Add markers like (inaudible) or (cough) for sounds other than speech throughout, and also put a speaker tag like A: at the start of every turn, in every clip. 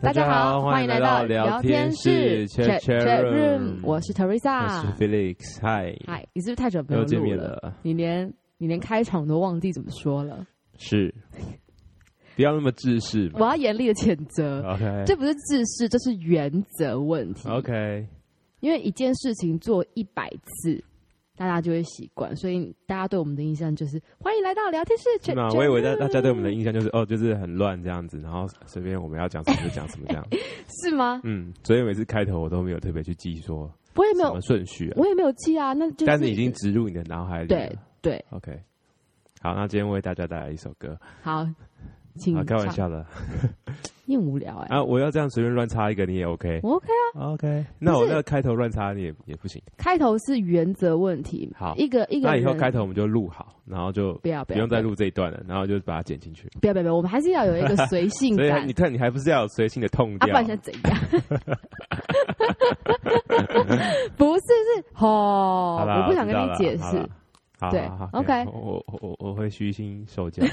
A: 大家好，欢迎来到聊天室
B: Chat
A: Chat
B: Chat Room
A: Room，我是
B: 我
A: Teresa
B: 是。Felix，嗨，
A: 嗨，你是不是太久没有
B: 又见
A: 录
B: 面
A: 了？
B: 了，
A: 你连你连开场都忘记怎么
B: (laughs)
A: 说了，
B: 是，不要那么自视
A: 我要严厉的谴责。
B: ，OK，OK，
A: 这不是自私，这是原则问题。因为一件事情做一百次，大家就会习惯，所以大家对我们的印象就是欢迎来到聊天室 Chat
B: 是
A: Chat
B: 吗？
A: Room。
B: 我以为大大家对我们的印象就是哦，就是很乱这样子，然后随便我们要讲什么就讲什么
A: (laughs)
B: 这样。
A: 是吗？
B: 嗯，所以每次开头我都没有特别去记说
A: 我也没
B: 什
A: 有
B: 么，顺序啊，
A: 我也没有记啊。那就是
B: 但是已经植入你的脑海里了。
A: 对对
B: OK，好，那今天为大家带来一首歌，
A: 好，请
B: 啊，开玩
A: 唱，
B: 笑的
A: 你很无聊哎。
B: 啊，我要这样随便乱插一个你也 OK。
A: 我 OK 啊，
B: OK，那我那个开头乱插你也也不行。
A: 开头是原则问题。
B: 好
A: 一个一个
B: 那
A: 人
B: 以后开头我们就录好，然后就
A: 不要
B: 不
A: 不要
B: 用再，录这一段了，然后就把它剪进去。
A: 不要不要不要，我们还是要有一个随性
B: 所以
A: 感
B: 你。看，你还不是要有随性的痛
A: 嗯啊，不
B: 调
A: 然？想怎样？不是是哦，
B: 好啦
A: 我不想
B: 知
A: 跟
B: 道
A: 你
B: 啦
A: 解
B: 好
A: 释
B: 啦。好
A: 对
B: 好好
A: OK
B: 我我我我会虚心受
A: (laughs)
B: 教。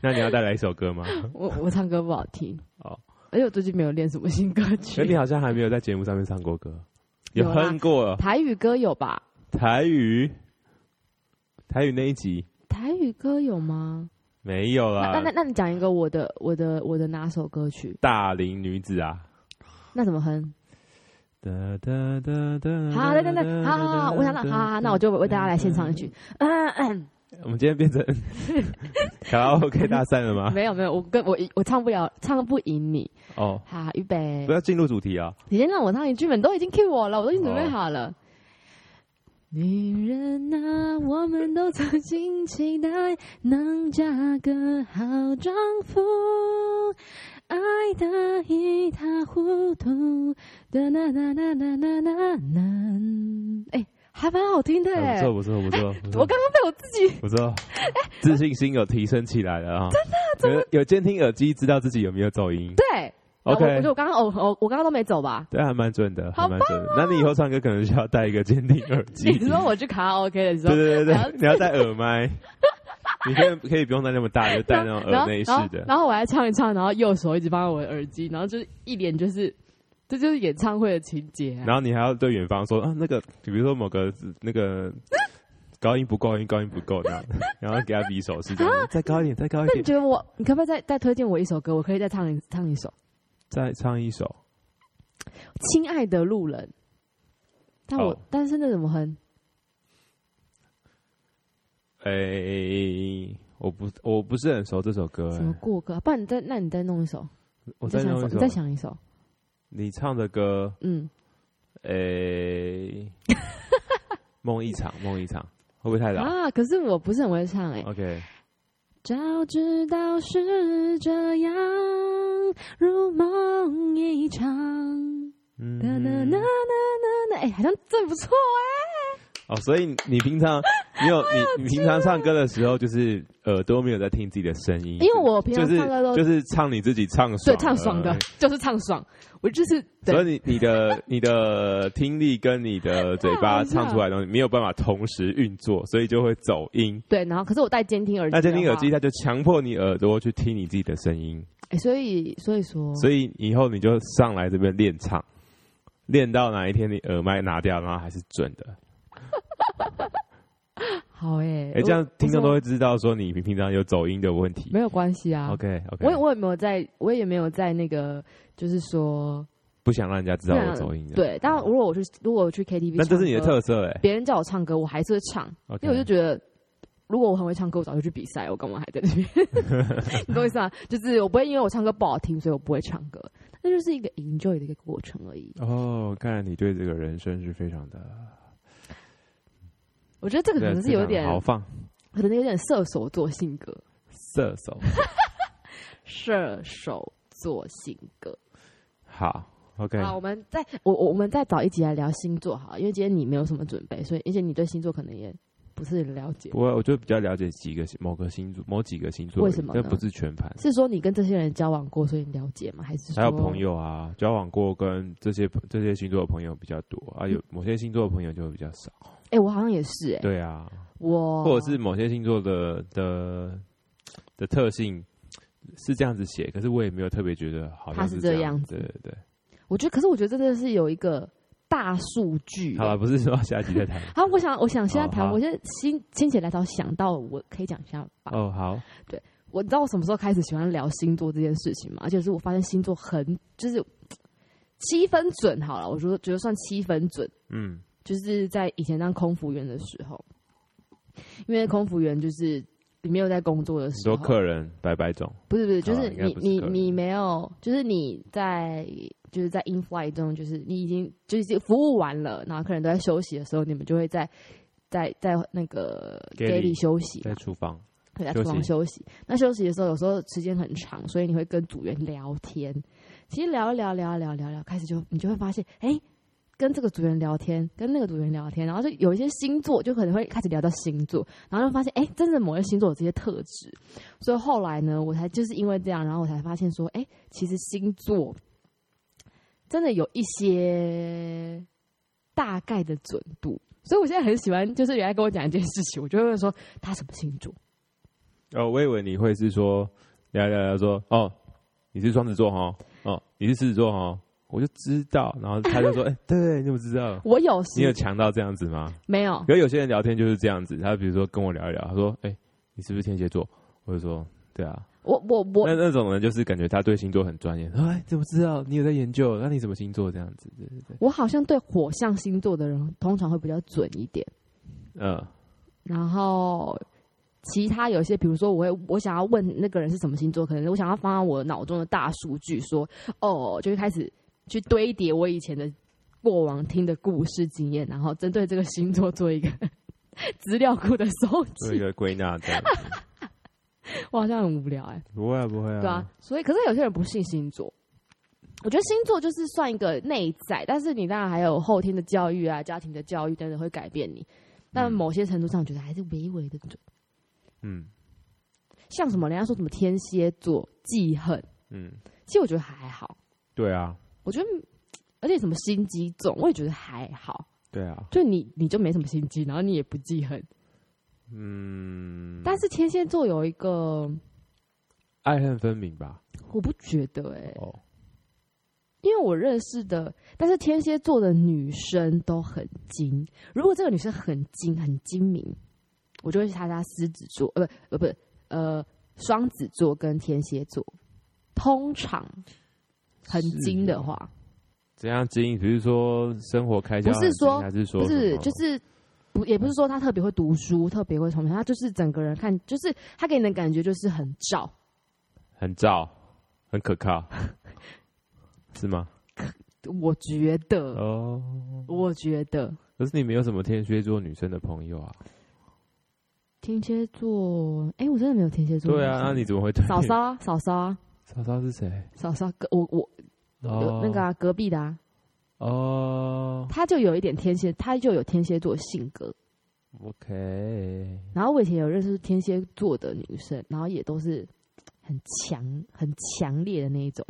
B: 那你要带来一首歌吗？
A: 我我唱歌不好听
B: 哦，
A: 而且我最近没有练什么新歌
B: 可你
A: 曲，
B: 好像还没有在节目上面唱过歌，
A: 有
B: 有
A: 啦
B: 哼过
A: 台语歌有吧？
B: 台语，台语那一集
A: 台语歌有吗？
B: 没有
A: 那那那
B: 啦。
A: 那你讲一个我的我的我的哪首歌曲？
B: 大龄女子啊，
A: 那怎么哼？
B: 哒哒哒哒。
A: 好，等等等，好好好，我想到，好好好，那我就为大家来献唱一曲。嗯嗯，
B: (laughs) 我们今天变
A: (laughs)
B: 成 (laughs) 卡拉 OK 大赛了吗？
A: 没有没有，我跟我我唱不了，唱不赢你。
B: 哦，
A: 好，预备
B: 不，要进入主题啊！
A: 你先让我唱一句嘛，你都已经 cue 我了，我都已经准备好了。女人啊，我们都曾经期待能嫁个好丈夫，爱得一塌糊涂，哒啦啦啦啦啦啦啦。哎，还蛮好听的
B: 啊不
A: 哎、
B: 错不错不错，不错
A: 我刚刚被我自己
B: 不错，自信心有提升起来了啊！真的，有监听耳机知道自己有没有走音
A: 对
B: ？OK，
A: 我我觉得我刚刚哦哦，我刚刚都没走吧？
B: 对，还蛮准的，
A: 好
B: 还蛮准的。那你以后唱歌可能需要戴一个监听耳机
A: (laughs) 你。说我去卡拉 OK 的时候
B: 对，对对
A: 然后
B: 对，你要戴耳
A: (laughs)
B: 麦，你可以可以不用戴那么大，就戴那种
A: 啊然
B: 耳
A: 后
B: 内式
A: 然后
B: 的。
A: 然后我还唱一唱，然后右手一直放在我的耳机，然后就是一脸就是，这就是演唱会的情节、啊。
B: 然后你还要对远方说啊，那个，比如说某个
A: (laughs)
B: 那个高音不够，高音高音不够这样，然后给他比手势，这样再高一点，再高一
A: 啊那你
B: 点，
A: 觉得我，你可不可以再再推荐我一首歌？我可以再唱一唱一首
B: 再唱一首。
A: 《亲爱的路人》，但我、
B: 好
A: 但是那怎么哼？
B: 哎、我不我不是很熟这首歌、
A: 什么
B: 哎，
A: 过歌？不然你再那你再弄一首，
B: 我
A: 你再
B: 再
A: 想
B: 弄
A: 一
B: 一
A: 首，你
B: 首
A: 再想一首。
B: 你唱的歌，
A: 嗯，
B: 哎、梦一场，梦一场，会不会太老、哦
A: 啊，可是我不是很会唱哎、
B: o k
A: 早知道是这样，如梦一场。
B: 嗯
A: 哒哒哒哒哒哒，哎，好像真不错啊
B: 哦，所以你平常你有你你平常唱歌的时候，就是耳朵没有在听自己的声音，
A: 哎，因为我平
B: 就
A: 常
B: 是
A: 唱歌都
B: 就是唱你自己唱爽，
A: 对唱爽的，就是唱爽，我就是
B: 所
A: 对
B: 以你你的你的听力跟你的嘴巴唱出来的东西没有办法同时运作，所以就会走音。
A: 对，然后可是我戴监听耳机，
B: 那监听耳机，它就强迫你耳朵去听你自己的声音，
A: 哎，所以所以说，
B: 所以以后你就上来这边练唱，练到哪一天你耳麦拿掉，然后还是准的。
A: 好哎，
B: 哎，这样
A: 我
B: 听众都
A: 我
B: 会
A: 说
B: 知道说你平常有走音的问题
A: 没。有关系啊。
B: OK OK，
A: 我也我也没有在，我也没有在那个，就是说
B: 不想让人家知道
A: 不
B: 我
A: 然
B: 走音的。
A: 对。当然，如果我去如果我去 KTV，
B: 但这是你的
A: 唱歌，
B: 特色哎、
A: 别人叫我唱歌，我还是会唱，
B: OK，
A: 因为我就觉得。如果我很会唱歌，我早就去比赛，我干嘛还在那边？ (laughs) 你懂我意思吗？就是我不会因为我唱歌不好听，所以我不会唱歌，那就是一个 enjoy 的一个过程而已。
B: 哦，看来你对这个人生是非常的，
A: 我觉得这个可能是有
B: 非
A: 点
B: 常豪放
A: 可能有点射手座性格，
B: 射
A: (laughs)
B: 手。
A: 射手座性格。
B: 好，OK，
A: 好，我们再我我我们再找一集来聊星座好了，因为今天你没有什么准备，所以而且你对星座可能也不是很了解。
B: 不过我就比较了解几个某个星座，某几个星座而已，
A: 为什么呢
B: 但不是全盘。
A: 是说你跟这些人交往过，所以你了解吗？还是说
B: 还有朋？友啊，交往过跟这些这些星座的朋友比较多啊，
A: 嗯
B: 有某些星座的朋友就会比较少。
A: 哎、我好像也是哎、
B: 对啊，
A: 我
B: 或者是某些星座的的的特性，是这样子写，可是我也没有特别觉得好像
A: 他是这
B: 这
A: 样子
B: 子。对对
A: 我觉得，可是我觉得真的是有一个大数据
B: 对，。好了，不是说下集再
A: (laughs)
B: 谈。
A: 好，我想，我想现在
B: 哦
A: 谈，
B: 好
A: 我现在心心血来潮想到，我可以讲一下吧。
B: 哦，好，
A: 我知道我什么时候开始喜欢聊星座这件事情嘛，而且是我发现星座很就是七分准好了，我觉得觉得算七分准，
B: 嗯，
A: 就是在以前当空服员的时候，因为空服员就是你没有在工作的
B: 很
A: 时候，
B: 多客人百百种，
A: 不是不是，就
B: 好啦
A: 是
B: 应该
A: 你
B: 不是
A: 你
B: 个人
A: 你没有，就是你在就是在 in flight 中，就是你已经就是服务完了，然后客人都在休息的时候，你们就会在在在那个
B: Galley
A: 给里休息嘛
B: 在，厨房，
A: 会在厨房休息。那休息的时候，有时候时间很长，所以你会跟组员聊天。其实聊一聊聊一聊聊一聊，开始就你就会发现，哎、跟这个组员聊天，跟那个组员聊天，然后就有一些星座，就可能会开始聊到星座，然后就发现，哎、真的某些星座有这些特质。所以后来呢，我才就是因为这样，然后我才发现说，哎、其实星座真的有一些大概的准度。所以我现在很喜欢，就是人家跟我讲一件事情，我就会说他什么星座，
B: 哦，我以为你会是说聊聊聊说，哦，你是双子座哈，哦，你是狮子座哈，我就知道。然后他就
A: (laughs)
B: 说，哎、对，你怎么知道？
A: 我有
B: 你有
A: 时
B: 强到这样子吗？
A: 没有，
B: 可是有些人聊天就是这样子，他比如说跟我聊一聊，他说，哎、你是不是天蝎座？我就说，对啊。
A: 我我我
B: 那那种人就是感觉他对星座很专业，哎，怎么知道？你有在研究？那你什么星座？这样子，对对对，
A: 我好像对火象星座的人通常会比较准一点，
B: 嗯，
A: 然后其他有一些，比如说我会我想要问那个人是什么星座，可能我想要放到我脑中的大数据说，哦，就会开始去堆叠我以前的过往听的故事经验，然后针对这个星座做一个 (laughs) 资料库的收
B: 做一
A: 集。
B: 个归纳这样子。
A: 我好像很无聊哎、
B: (laughs) 不会啊，不会啊。
A: 对啊，，所以可是有些人不信星座，我觉得星座就是算一个内在，但是你当然还有后天的教育啊、家庭的教育等等会改变你，但
B: 嗯
A: 某些程度上觉得还是微微的准。
B: 嗯
A: 像什么人家说什么天蝎座记恨，
B: 嗯，
A: 其实我觉得还好，
B: 对啊，
A: 我觉得而且什么心机重，我也觉得还好。
B: 对啊，
A: 就你你就没什么心机，然后你也不记恨，
B: 嗯，
A: 但是天蝎座有一个
B: 爱恨分明吧。
A: 我不觉得哎、
B: 哦，
A: 因为我认识的，但是天蝎座的女生都很精。如果这个女生很精、很精明，我就会查她狮子座，呃，不，呃，不，呃，双子座跟天蝎座，通常很精的话，
B: 怎样经营？只是说生活开销
A: 不是
B: 很精，
A: 说
B: 还是说
A: 不
B: 什
A: 是
B: 么
A: 就是不，也不是说她特别会读书，特别会聪明，她就是整个人看，就是她给你的感觉就是很照，
B: 很照，很可靠， (laughs) 是吗？
A: 我觉得，
B: 哦，
A: 我觉得
B: 可是你没有什么天蝎座女生的朋友啊？
A: 天蝎座，哎、我真的没有天蝎座女
B: 对
A: 生，
B: 啊，那你怎么会对
A: 嫂嫂啊，嫂嫂啊。
B: 嫂嫂是谁？
A: 嫂嫂隔我我有
B: 哦，
A: 那个、啊、隔壁的啊，
B: 哦
A: 他就有一点天蝎，他就有天蝎座性格。
B: ，OK，
A: 然后我以前有认识天蝎座的女生，然后也都是很强、很强烈的那一种。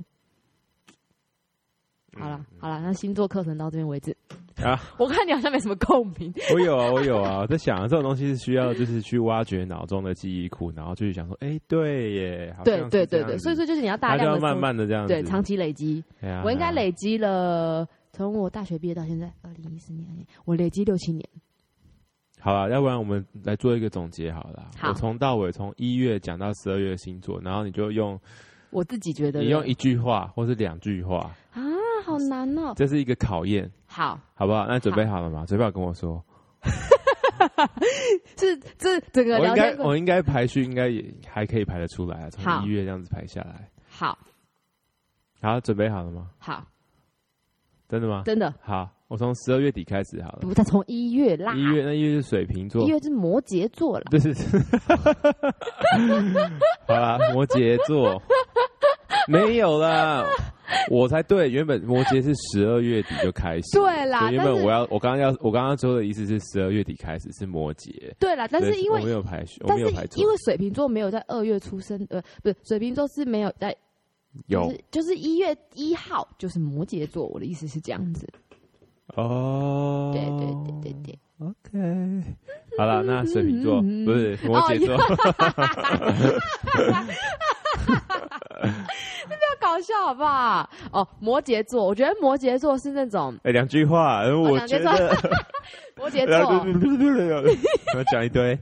A: 好了，好了，那星座课程到这边为止。
B: 嗯啊，
A: (laughs) 我看你好像没什么共鸣。
B: 我有啊，我有啊，我在想、啊、这种东西是需要就是去挖掘脑中的记忆库，然后就是想说，哎、对耶，好像
A: 对
B: 是
A: 对
B: 这
A: 对
B: 样
A: 对，
B: 子
A: 所以说就是你要
B: 它
A: 大
B: 就
A: 量
B: 要
A: 的
B: 慢慢的这样子，
A: 对长期累积。
B: 哎呀
A: 我应该，
B: 哎呀
A: 累积了，从我大学毕业到现在，二零一四年，我累积六七年。
B: 好了，要不然我们来做一个总结好了啊。
A: 好
B: 我从到尾从一月讲到十二月的星座，然后你就用
A: 我自己觉得
B: 你用一句话或是两句话，
A: 啊，好难哦。
B: 这是一个考验，
A: 好，
B: 好不好？那你准备好了吗？准备好跟我说。
A: 是这整个
B: 我应
A: 聊
B: 该
A: 天过
B: 我应该排序应该也还可以排得出来啊，从
A: 好
B: 一月这样子排下来。
A: 好
B: 好，准备好了吗？
A: 好，
B: 真的吗？
A: 真的，
B: 好，我从十二月底开始好了。
A: 不，他从一月啦，
B: 一月那一月是水瓶座
A: 一，月是摩羯座啦，
B: 对
A: (laughs)
B: 是，好啦，摩羯座没有啦，我才对，原本摩羯是十二月底就开始，
A: 对啦
B: 所以原本
A: 但是
B: 我要我刚刚要我刚刚说的意思是十二月底开始是摩羯，
A: 对啦，但
B: 所
A: 是
B: 以
A: 因
B: 我没
A: 为
B: 有排序，我
A: 但
B: 没
A: 是
B: 有排错
A: 因，为水瓶座没有在二月出生，呃，不是水瓶座是没有在，就
B: 有
A: 是就是一月一号就是摩羯座，我的意思是这样子，
B: 哦，
A: 对对对对对，
B: ，OK，好啦，那水瓶座
A: 嗯
B: 不是摩羯座，
A: 搞笑好不好？哦，摩羯座，我觉得摩羯座是那种
B: 哎，两句话，然后我
A: 两句
B: 觉得，
A: 摩羯
B: 然后
A: 座，
B: 我讲一堆，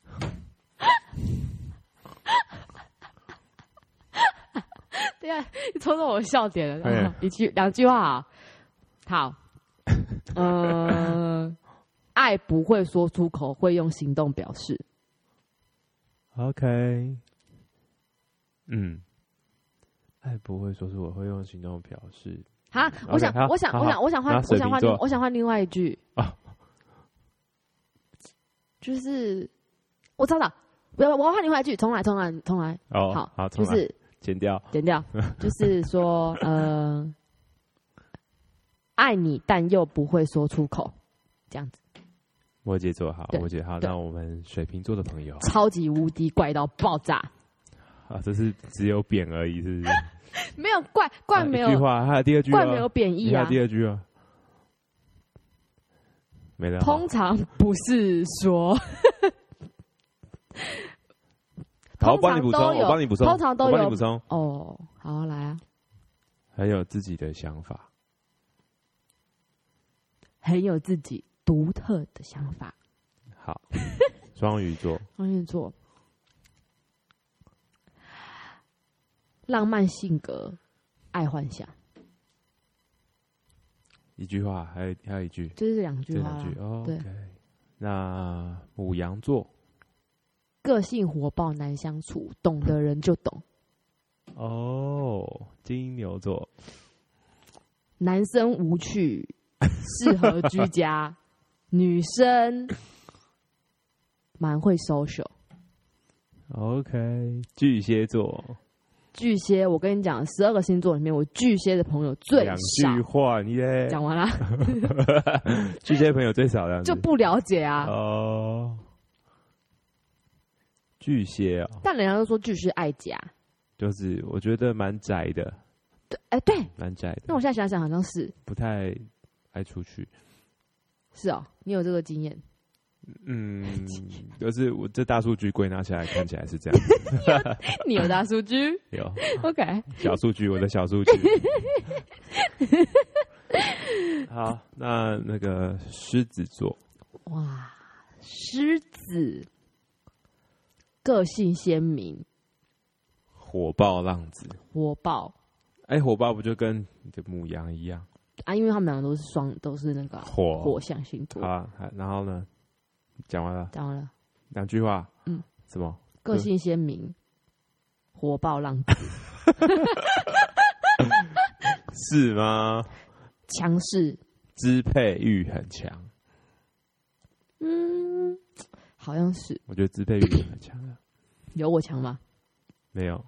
A: (laughs) 对啊，你戳中我的笑点了。
B: 哎
A: (laughs) 一句两句话啊，
B: (laughs)
A: 好，嗯，爱不会说出口，会用行动表示。
B: OK，嗯，爱不会说是我会用行动表示
A: 好，我
B: OK，
A: 想
B: 好，
A: 我想，
B: 好
A: 我想，我想换，
B: 那水
A: 我想换
B: 瓶
A: 另，
B: 座
A: 我想换另外一句
B: 啊
A: (laughs) 就是我知道了，我要我要换另外一句，重来，重来，重来，
B: 哦，
A: 好
B: 好，重
A: 就
B: 来，
A: 是
B: 剪掉，
A: 剪
B: (laughs)
A: 掉，就是说，呃，爱你，但又不会说出口，这样子，
B: 摩羯座好，
A: 对
B: 摩羯好，
A: 对
B: 那我们水瓶座的朋友
A: 超级无敌怪到爆炸，
B: 啊，这是只有贬而已，是不是？
A: 没有怪怪
B: 啊
A: 没
B: 一句
A: 有
B: 话，还有第二句哦，
A: 怪没有贬义
B: 你还
A: 啊
B: 有，第二句啊，没了哦，
A: 通常不是说，
B: 好，我
A: 通常
B: 帮你补充，
A: 都有
B: 我帮你补充，
A: 通常都
B: 我帮你
A: 有
B: 补充，
A: 哦，好来啊，
B: 很有自己的想法，
A: 很有自己独特的想法。 (laughs)
B: 好，双鱼座，
A: 双鱼座，浪漫性格，爱幻想，
B: 一句话，还有还有一句，
A: 就是这两句
B: 这
A: 话啊
B: 两
A: 啦。
B: 句哦
A: 对
B: ，OK，那母羊座
A: 个性火爆，难相处，懂的人就懂。
B: 哦，金牛座，
A: 男生无趣，适合居
B: (laughs)
A: 家；女生蛮会 social。
B: OK，巨蟹座，
A: 巨蟹，我跟你讲，十二个星座里面，我巨蟹的朋友最
B: 两
A: 少
B: 句。话耶，
A: 讲完啦，
B: 巨蟹朋友最少的
A: 就不了解啊。
B: 嗯哦，巨蟹哦，
A: 但人家都说巨蟹爱家，
B: 就是我觉得蛮宅的，
A: 对，哎、对。
B: 蛮宅
A: 那
B: 的，
A: 我现在想想，好像是
B: 不太爱出去。
A: 是哦，你有这个经验。 (laughs)
B: 嗯，就是我这大数据归纳下来，看起来是这样。
A: 你有大数据
B: 有
A: (laughs) ？OK，
B: 小数据，我的小
A: (laughs)
B: 数据。好，那那个狮子座，
A: 哇，狮子个性鲜明，
B: 火爆浪子。
A: 火爆
B: 哎、火爆不就跟你的母羊一样
A: 啊，因为他们两个都是双，都是那个
B: 火
A: 火象星
B: 好
A: 座。
B: 啊，还然后呢？讲完了
A: 讲完了，
B: 两句话，
A: 嗯，
B: 什么？
A: 个性鲜明，火爆浪子，
B: 是吗？
A: 强势，
B: 支配欲很强，
A: 嗯，好像是
B: 我觉得支配欲很强啊。
A: 有我强吗？
B: 没有，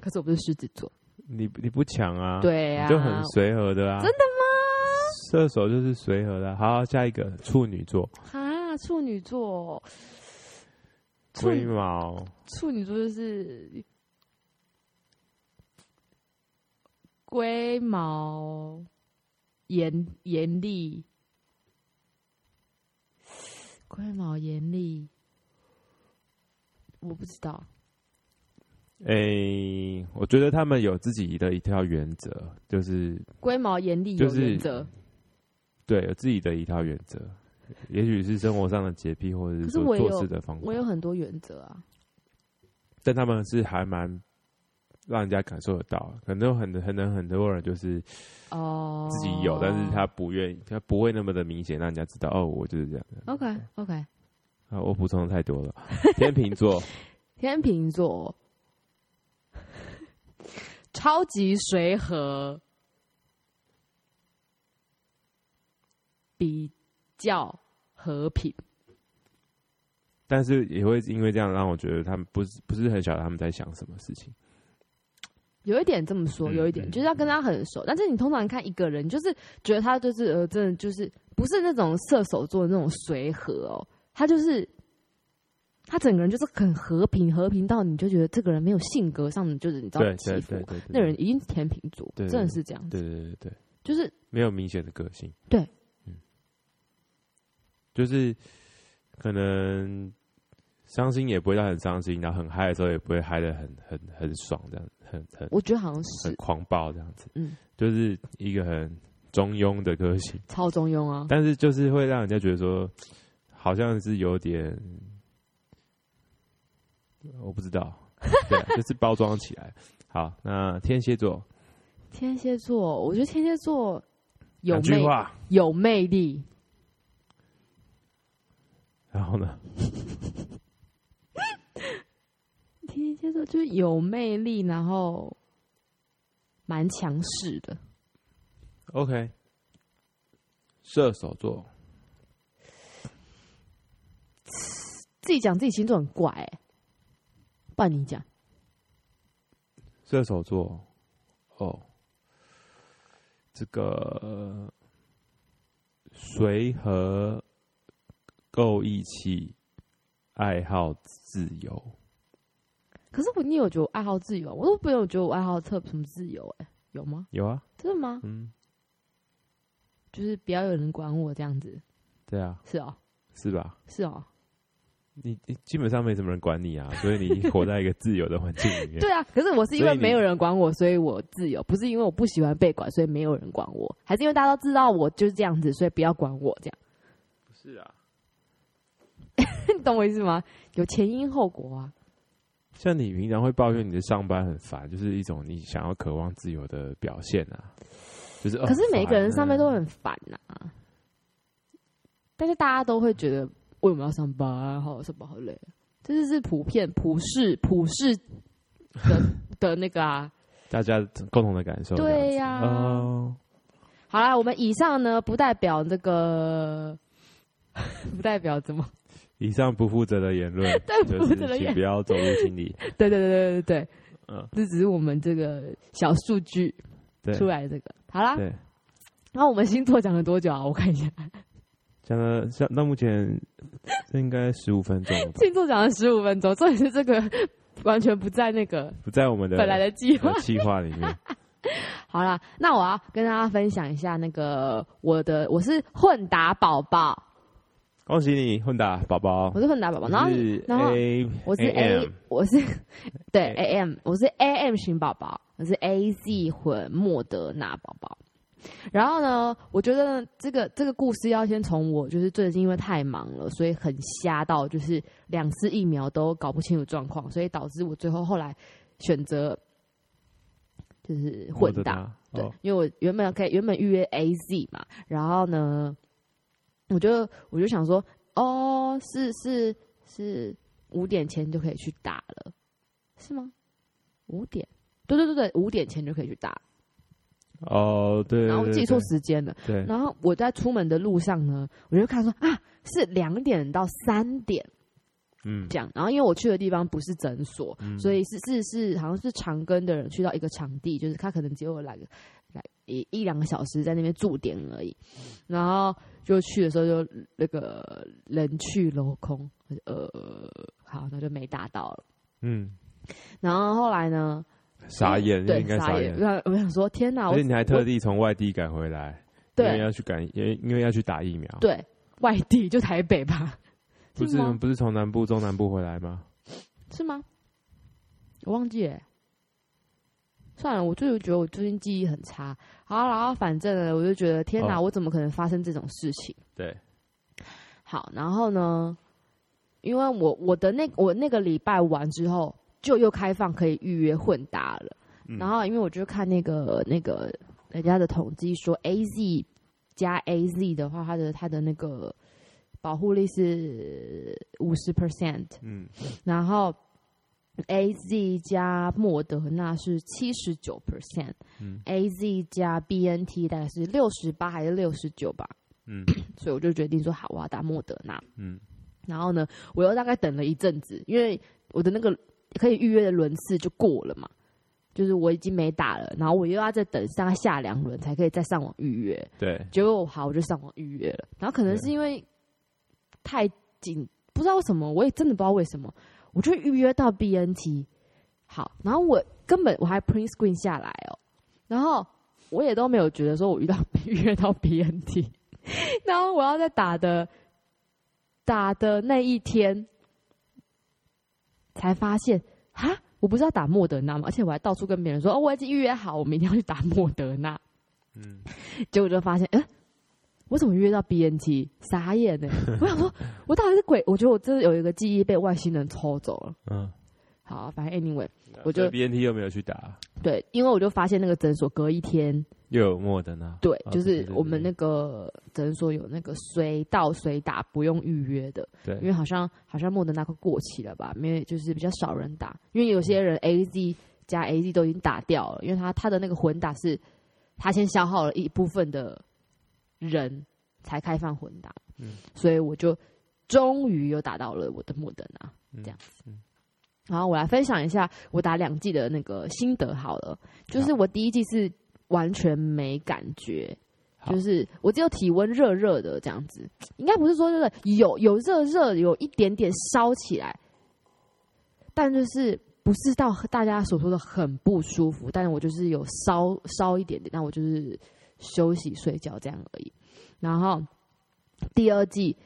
A: 可是我不是狮子座，
B: 你你不强啊，、
A: 对啊，
B: 你就很随和的啊。
A: 真的吗？
B: 射手就是随和的啊。好，下一个处女座，
A: 啊，处女座，处
B: 龟
A: 女
B: 毛，
A: 处女座就是龟毛、严严厉、龟毛严厉，我不知道。
B: 诶、我觉得他们有自己的一条原则，就是
A: 龟毛严厉有
B: 就是
A: 原则，
B: 对，有自己的一套原则。也许是生活上的洁癖，或者
A: 可是
B: 说
A: 我也有
B: 做事的方法
A: 我，有很多原则啊。
B: 但他们是还蛮让人家感受得到。可能有很很能很多人就是
A: 哦，
B: 自己有，但是他不愿意，他不会那么的明显让人家知道哦，我就是这样。
A: OK OK。
B: 啊，我补充的太多了。天秤座，
A: 天秤座， (laughs) 超级随和，比较和平。
B: 但是也会因为这样让我觉得他们不是不是很晓得他们在想什么事情。
A: 有一点这么说，
B: 嗯
A: 有一点、
B: 嗯
A: 就是要跟他很熟，但是你通常看一个人，就是觉得他就是呃，真的就是不是那种射手座的那种随和哦，他就是他整个人就是很和平，和平到你就觉得这个人没有性格上的就是你知道
B: 对
A: 起
B: 对
A: 伏
B: 对，对对，
A: 那人一定是天秤座，
B: 对
A: 真的是这样子，
B: 对对对对对，
A: 就是
B: 没有明显的个性。
A: 对，
B: 嗯，就是可能伤心也不会到很伤心，然后很嗨的时候也不会嗨的很很很爽，这样很很
A: 我觉得好像
B: 很
A: 是
B: 狂暴这样子，
A: 嗯，
B: 就是一个很中庸的歌曲，
A: 超中庸啊，
B: 但是就是会让人家觉得说，好像是有点，我不知道，对啊，就是包装起来。好，那天蝎座
A: 天蝎座，我觉得天蝎座有
B: 两句
A: 魅
B: 话，
A: 有魅力，
B: 然后呢，
A: 天蝎座就是有魅力，然后蛮强势的。
B: OK，射手座，
A: 自己讲自己星座很怪、欸，不然你讲，
B: 射手座，哦，这个随和、够义气、爱好自由，
A: 可是我你有觉得我爱好自由？我都没有觉得我爱好特什么自由、欸，哎，有吗？
B: 有啊，
A: 真的吗？
B: 嗯，
A: 就是不要有人管我这样子，
B: 对啊，
A: 是哦，
B: 是吧？
A: 是哦，
B: 你你基本上没什么人管你啊，所以你活在一个自由的环境里面。
A: (laughs) 对啊。可是我是因
B: 所
A: 为
B: 以你
A: 没有人管我，所以我自由，不是因为我不喜欢被管，所以没有人管我，还是因为大家都知道我就是这样子，所以不要管我这样，
B: 不是啊，
A: 你懂我意思吗？有前因后果啊。
B: 像你平常会抱怨你的上班很烦，就是一种你想要渴望自由的表现啊。就是，
A: 可是
B: 哦
A: 每个人上
B: 烦啊啊
A: 班都很烦呐、但是大家都会觉得为什么要上班、好上班好累、啊这就是普遍普世普世的的那个
B: (laughs)
A: 啊。
B: 大家共同的感受这样子。
A: 对啊呀
B: 哦
A: 好啦，我们以上呢不代表这个， (laughs) 不代表怎么，
B: 以上不负责的言论，
A: 对
B: 就
A: (laughs) 不负
B: 是
A: 责的
B: 请
A: 言
B: 不要走入心里。
A: 对对对对对对，
B: 嗯，
A: 这只是我们这个小数据 (laughs)
B: 对，
A: 出来的这个。好啦，
B: 对，
A: 那我们星座讲了多久啊？我看一下，
B: 讲了像到目前这应该十五分钟了吧，
A: 星座讲了十五分钟，重点是这个 (laughs) 完全不在那个
B: 不在我们的
A: 本来的计划
B: 呃。计划里面。
A: 好啦，那我要跟大家分享一下那个我的，我是混打宝宝，
B: 恭喜你，混打宝宝
A: 我，是混打宝宝，然后
B: 是
A: 然后
B: A，
A: 我是
B: AM
A: A，我是对
B: A-
A: A M，我是 A M 型宝宝，我是 A Z 混莫德纳宝宝。然后呢，我觉得这个这个故事要先从我就是最近因为太忙了，所以很瞎到就是两次疫苗都搞不清楚状况，所以导致我最后后来选择就是混打。对，
B: 哦
A: 因为我原本可以原本预约 A Z 嘛，然后呢，我就我就想说，哦，是是是五点前就可以去打了，是吗？五点，对对对对，五点前就可以去打，
B: 哦，对，
A: 然后
B: 对
A: 记错，时间了，
B: 对对，
A: 然后我在出门的路上呢，我就看说啊，是两点到三点。
B: 嗯，
A: 这样。然后因为我去的地方不是诊所，
B: 嗯
A: 所以是是是好像是长庚的人去到一个场地，就是他可能只有来个来一一两个小时在那边驻点而已。然后就去的时候就那个人去楼空，我就呃，好，那就没打到了。
B: 嗯，
A: 然后后来呢？
B: 傻眼，
A: 对，
B: 应该
A: 傻
B: 傻
A: 眼。。然后我想说，天哪！
B: 而
A: 我
B: 且你还特地从外地赶回来，因为
A: 对
B: 要去赶，因为因为要去打疫苗，
A: 对外地就台北吧？
B: 不
A: 是
B: 是
A: 吗
B: 不是从南部中南部回来吗？
A: 是吗？我忘记了。算了，我就是觉得我最近记忆很差。好，然后反正呢，我就觉得天哪，
B: 哦
A: 我怎么可能发生这种事情？
B: 对，
A: 好，然后呢，因为我我的那我那个礼拜完之后，就又开放可以预约混搭了。
B: 嗯
A: 然后因为我就看那个那个人家的统计说，A Z 加 A Z 的话，它的它的那个保护力是五十 percent，
B: 嗯，
A: 然后 A Z 加莫德纳是七十九 percent，A
B: 嗯
A: Z 加 B N T 大概是六十八还是六十九吧，
B: 嗯
A: 所以我就决定说好，我要打莫德纳。
B: 嗯
A: 然后呢，我又大概等了一阵子，因为我的那个可以预约的轮次就过了嘛，就是我已经没打了，然后我又要再等上下两轮才可以再上网预约。
B: 对，
A: 结果我好，我就上网预约了。然后可能是因为太紧，不知道为什么，我也真的不知道为什么，我就预约到 BNT。好，然后我根本我还 print screen 下来哦，然后我也都没有觉得说我遇到预约到 (laughs) BNT。然后我要在打的打的那一天，才发现哈，我不是要打莫德纳吗？而且我还到处跟别人说哦，我已经预约好，我明天要去打莫德纳。
B: 嗯，
A: 结果就发现，哎、我怎么约到 BNT？傻眼呢、欸
B: (laughs)
A: 我想说，我到底是鬼？我觉得我真的有一个记忆被外星人抽走了。
B: 嗯，
A: 好，反正 anyway，我
B: 啊
A: 就
B: B N T 又没有去打，
A: 对，因为我就发现那个诊所隔一天，
B: 又有莫德纳，
A: 对，
B: 啊
A: 就
B: 对
A: 是
B: 对
A: 我们
B: 对
A: 那个诊所有那个随到随打，不用预约的，因
B: 对，
A: 为好像好像莫德纳快过期了吧，没有就是比较少人打，因为有些
B: 嗯
A: 人 A Z 加 A Z 都已经打掉了，因为他他的那个混打是他先消耗了一部分的人才开放混打，
B: 嗯
A: 所以我就终于又打到了我的莫德纳。
B: 嗯
A: 这样
B: 嗯
A: 然后我来分享一下我打两季的那个心得好了，就是我第一季是完全没感觉，
B: 好
A: 就是我只有体温热热的这样子，应该不是说热热，有有热热，有一点点烧起来，但就是不是到大家所说的很不舒服，但是我就是有烧烧一点点，但我就是休息睡觉这样而已。然后第二季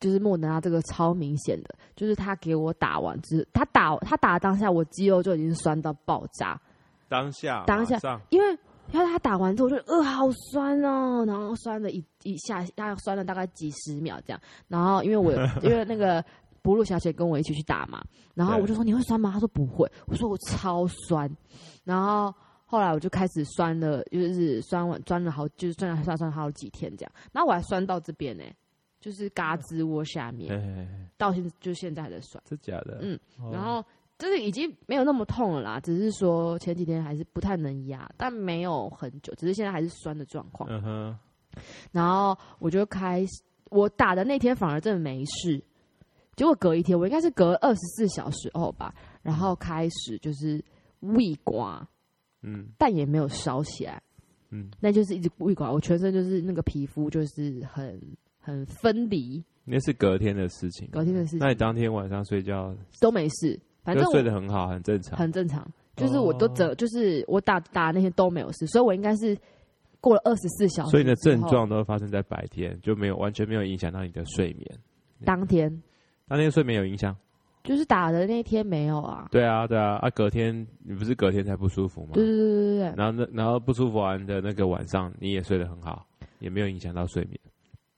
A: 就是莫德纳这个超明显的，就是他给我打完之，他打他打的当下，我肌肉就已经酸到爆炸，
B: 当下
A: 当下
B: 马上
A: 因为因为他打完之后我就呃好酸哦，然后酸了一一下，大概酸了大概几十秒这样，然后因为我因为那个。哺乳小姐跟我一起去打嘛，然后
B: 对
A: 我就说你会酸吗？她说不会，我说我超酸，然后后来我就开始酸了，就是酸完酸了好，就是酸了酸了酸了好几天这样，然后我还酸到这边呢、欸就是嘎吱窝下面，
B: 嘿嘿嘿
A: 到现就现在还在酸，
B: 真假的，
A: 嗯
B: 哦，
A: 然后就是已经没有那么痛了啦，只是说前几天还是不太能压，但没有很久，只是现在还是酸的状况。
B: 嗯哼，
A: 然后我就开始，我打的那天反而真的没事，结果隔一天，我应该是隔二十四小时后吧，然后开始就是胃刮，
B: 嗯
A: 但也没有烧起来，
B: 嗯，
A: 那就是一直胃刮，我全身就是那个皮肤就是很很分离，
B: 那是隔天的事情，
A: 隔天的事
B: 嗯那
A: 情
B: 你当天晚上睡觉
A: 都没事，反正
B: 就
A: 我
B: 睡得很好，很正常，
A: 很正常。就是我
B: 哦
A: 都整，就是我打打那些都没有事，所以我应该是过了二十四小时之后，
B: 所以你的症状都会发生在白天，就没有完全没有影响到你的睡眠。
A: 当天
B: 当天睡眠有影响？
A: 就是打的那天没有啊。
B: 对啊，对啊，啊，隔天你不是隔天才不舒服吗？
A: 对对对对对对，
B: 然后那然后不舒服完的那个晚上，你也睡得很好，也没有影响到睡眠，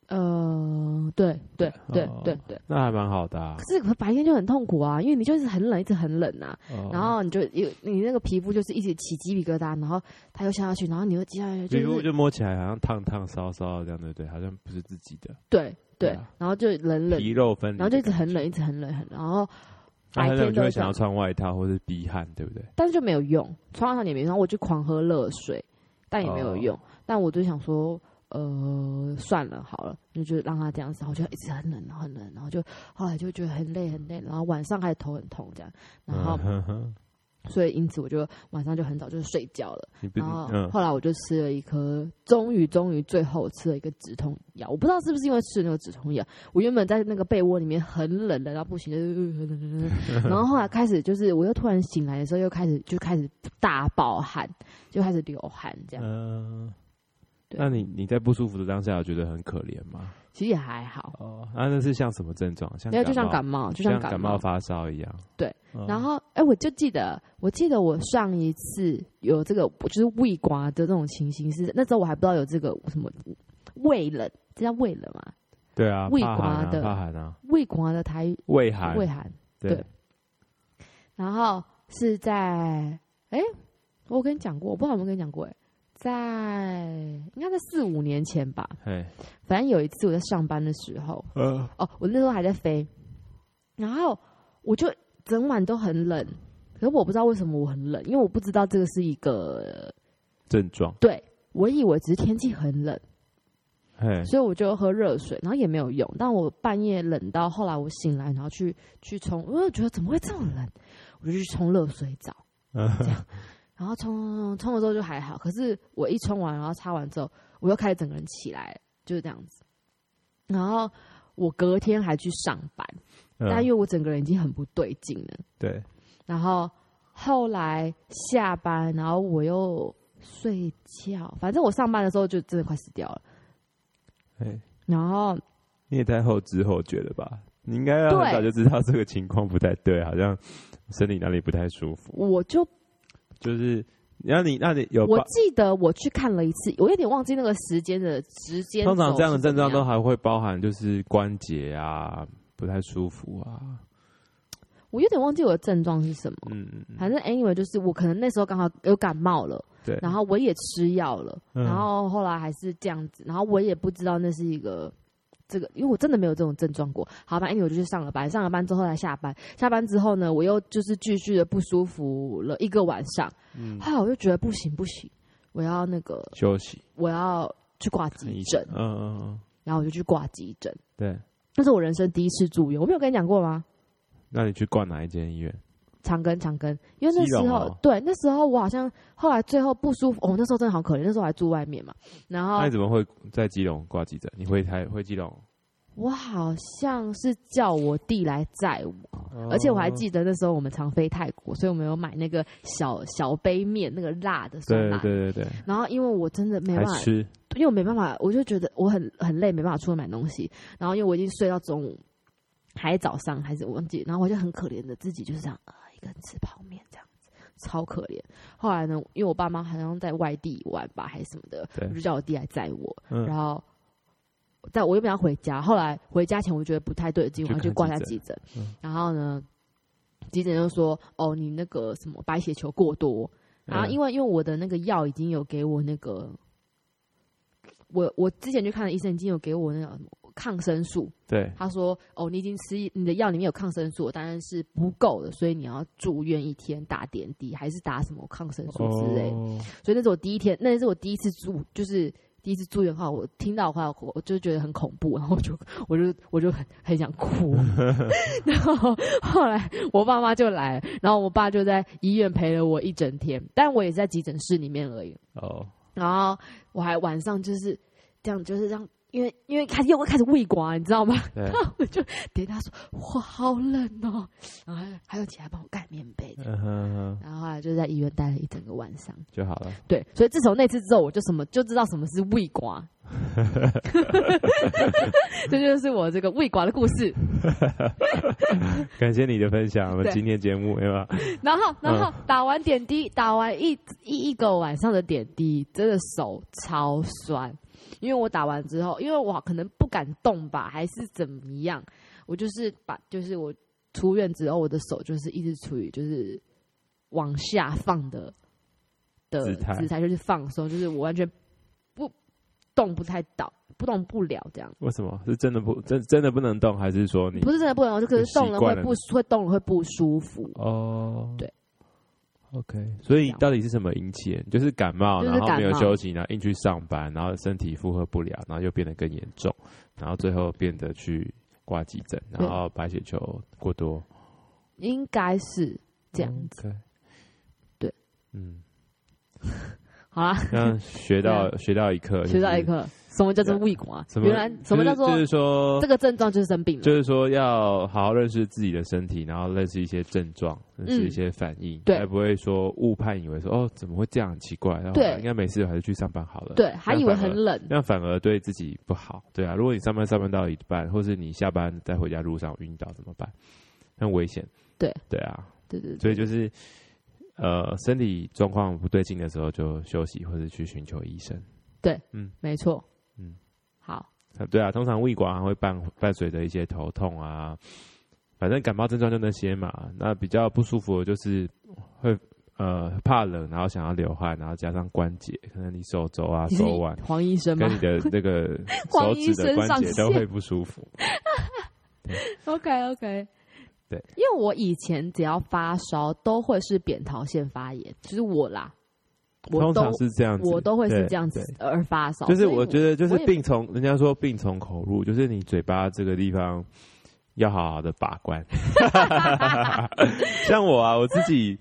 A: 呃，对对对
B: 哦
A: 对对。
B: 那还蛮好的、啊
A: 可。是白天就很痛苦啊，因为你就是很冷，一直很冷啊，
B: 哦
A: 然后你就有你那个皮肤就是一直起鸡皮疙瘩，然后它又下下去，然后你又接下去，
B: 皮
A: 就
B: 肤
A: 是
B: 就摸起来好像烫烫烧烧的这样，对不对？好像不是自己的
A: 对
B: 对
A: 对
B: 啊，
A: 然后就冷冷
B: 皮，肉分离的感觉，
A: 然后就一直很冷，一直很冷，很冷然后
B: 那
A: 白
B: 很冷
A: 天
B: 就
A: 都
B: 会
A: 会
B: 想要
A: 这样
B: 穿外套或是逼汗，对不对？
A: 但是就没有用，穿上也没用，然后我就狂喝热水，但也没有用。但我就想说，呃，算了，好了，就就让他这样子，然后就一直很冷，然后很冷，然后就后来就觉得很累很累，然后晚上还头很痛这样，然后、
B: 嗯、呵呵
A: (laughs) 所以因此我就晚上就很早就睡觉了，
B: 你不
A: 然后
B: 嗯
A: 后来我就吃了一颗，终于终于最后吃了一个止痛药，我不知道是不是因为吃了那个止痛药，我原本在那个被窝里面很冷的，然后不行，
B: (laughs)
A: 就是，然后后来开始就是我又突然醒来的时候，又开始就开始大爆汗，就开始流汗这样，
B: 嗯，
A: 对
B: 那你你在不舒服的当下，有觉得很可怜吗？
A: 其实也还好，
B: 哦，啊，那是像什么症状？像
A: 没有就像
B: 感
A: 感
B: 冒，
A: 冒，就
B: 像
A: 感
B: 冒发烧一样。
A: 对
B: 哦，
A: 然后，哎、我就记得，我记得我上一次有这个，就是胃刮的这种情形是，那时候我还不知道有这个什么胃冷，这叫胃冷嘛？
B: 对啊，
A: 胃
B: 怕寒
A: 刮
B: 啊，
A: 的
B: 怕寒啊，
A: 胃刮的台语
B: 胃寒，
A: 胃寒，
B: 对
A: 对，然后是在，哎、我跟你讲过，我不知道有没有跟你讲过、哎，在应该在四五年前吧，
B: 哎，
A: 反正有一次我在上班的时候，
B: 呃，
A: 哦，我那时候还在飞，然后我就整晚都很冷，可是我不知道为什么我很冷，因为我不知道这个是一个，
B: 症状，
A: 对我以为只是天气很冷，
B: 哎，
A: 所以我就喝热水，然后也没有用，但我半夜冷到后来我醒来，然后去去冲，我就觉得怎么会这么冷，我就去冲热水澡，这样，然后冲冲冲冲了之后就还好，可是我一冲完，然后擦完之后，我又开始整个人起来了，就是这样子，然后我隔天还去上班。但
B: 嗯
A: 因为我整个人已经很不对劲了。
B: 对，
A: 然后后来下班，然后我又睡觉，反正我上班的时候就真的快死掉了。
B: 哎，
A: 然后
B: 你也太后知后觉了吧？你应该要很
A: 对
B: 早就知道这个情况不太对，好像身体哪里不太舒服，
A: 我就
B: 就是那你那你有
A: 我
B: 报
A: 记得我去看了一次，我有点忘记那个时间的时间轴
B: 通
A: 是怎么样。
B: 常这样的症状都还会包含就是关节啊不太舒服啊，
A: 我有点忘记我的症状是什么。
B: 嗯，嗯嗯
A: 反正 anyway 就是我可能那时候刚好有感冒了，
B: 对，
A: 然后我也吃药了，
B: 嗯
A: 然后后来还是这样子，然后我也不知道那是一个这个，因为我真的没有这种症状过。好吧，anyway 我就去上了班，上了班之后来下班，下班之后呢，我又就是继续的不舒服了一个晚上，
B: 嗯
A: 后来我就觉得不行不行，我要那个
B: 休息
A: 我要去挂
B: 看
A: 急
B: 医生
A: 诊，
B: 嗯嗯嗯，
A: 然后我就去挂急诊，
B: 对，
A: 那是我人生第一次住院，我没有跟你讲过吗？
B: 那你去挂哪一间医院？
A: 长庚，长庚，因为那
B: 基
A: 时
B: 隆
A: 候、
B: 哦
A: 对，那时候我好像后来最后不舒服，哦，那时候真的好可怜，那时候还住外面嘛。然后
B: 那你怎么会在基隆挂急诊？你回台回基隆？
A: 我好像是叫我弟来载我，
B: 哦
A: 而且我还记得那时候我们常飞泰国，所以我们有买那个小小杯面，那个辣的酸
B: 对
A: 辣。
B: 对对对，
A: 然后因为我真的没
B: 还
A: 办法，
B: 吃
A: 因为我没办法，我就觉得我很很累，没办法出来买东西。然后因为我已经睡到中午，还是早上还是我忘记，然后我就很可怜的自己就是这样啊、呃一个人吃泡面这样子，超可怜。后来呢，因为我爸妈好像在外地玩吧还是什么的，
B: 对
A: 我就叫我弟来载我，
B: 嗯
A: 然后。在我原本要回家，后来回家前我觉得不太对劲，我
B: 去
A: 要去
B: 看
A: 挂
B: 急
A: 下
B: 诊
A: 急诊。
B: 嗯
A: 然后呢，急诊就说：“哦，你那个什么白血球过多，
B: 嗯
A: 然后因为因为我的那个药已经有给我那个，我我之前去看的医生已经有给我那个抗生素，
B: 对
A: 他说哦你已经吃你的药里面有抗生素，当然是不够的，所以你要住院一天打点滴还是打什么抗生素之类的。
B: 哦
A: 所以那是我第一天，那是我第一次住，就是。第一次住院的话，我听到的话，我我就觉得很恐怖，然后我就我就我就很很想哭， (laughs) 然后后来我爸妈就来了，然后我爸就在医院陪了我一整天，但我也是在急诊室里面而已。
B: 哦，
A: 然后我还晚上就是这样，就是这样，因为因为开始又开始胃刮，你知道吗？ (laughs)
B: 对，
A: 我就等他说我好冷哦，然后还还有起来帮我盖棉被的。
B: 嗯哼哼，
A: 然后后来就在医院待了一整个晚上，
B: 就好了。
A: 对，所以自从那次之后，我就什么就知道什么是胃刮， (laughs) 这就是我这个胃刮的故事。
B: 感谢你的分享，我们
A: 对
B: 今天节目对吧？
A: 然后，然
B: 嗯
A: 后打完点滴，打完一一一个晚上的点滴，真的手超酸，因为我打完之后，因为我可能不敢动吧，还是怎么样，我就是把，就是我出院之后，我的手就是一直处于就是往下放的的
B: 姿态
A: 就是放松，就是我完全不动不太到，不动不了这样。
B: 为什么是真的不真真的不能动，还是说你
A: 不是真的不能动，就可是
B: 习
A: 动了会
B: 惯了
A: 不会动了会不舒服，
B: 哦？
A: 对
B: ，OK。所以
A: 这样
B: 到底是什么引起的？就是感冒，
A: 就是
B: 然后
A: 感
B: 没有
A: 冒
B: 休息，然后硬去上班，然后身体负荷不了，然后又变得更严重，然后最后变得去挂急诊，然后白血球过多
A: 应该是这样子。
B: OK
A: 对，
B: 嗯，
A: 好啦，
B: 那学
A: (laughs)
B: 到学到一课，
A: 啊学到一，课，什么叫做胃管？
B: 啊什么
A: 原来什么叫做
B: 就是就是说
A: 这个症状就是生啊病了？
B: 就是说要好好认识自己的身体，然后认识一些症状，认识一些反应，
A: 嗯对
B: 才不会说误判以为说哦怎么会这样很奇怪，然后
A: 对
B: 应该没事，还是去上班好了。，
A: 对，还以为很冷，
B: 那反而对自己不好。对啊，如果你上班上班到一半，或是你下班在回家路上晕倒怎么办？很危险。
A: 对，
B: 对啊，
A: 对对对，
B: 所以就是呃身体状况不对劲的时候就休息，或者去寻求医生。
A: 没错。嗯
B: 嗯，
A: 好，
B: 啊对啊，通常胃管还会伴伴随着一些头痛啊，反正感冒症状就那些嘛。那比较不舒服的就是会呃怕冷，然后想要流汗，然后加上关节，可能你手肘啊、
A: 你是
B: 手腕
A: 黄医生吗
B: 跟 (laughs) 你的那
A: (laughs)
B: 个
A: 黄
B: 手
A: 医
B: 指
A: 生
B: 的关
A: 上
B: 节都
A: 线
B: 会不舒服。
A: ？OK OK。
B: 对，
A: 因为我以前只要发烧都会是扁桃腺发炎，就是我啦，我
B: 通
A: 都
B: 常是这样子，
A: 我都会是
B: 对
A: 这样子
B: 对
A: 而发烧，
B: 就是
A: 所以
B: 我觉得，就是
A: 我也
B: 病从人家说病从口入，就是你嘴巴这个地方要好好的把
A: (laughs)
B: 关。像我啊，我自己，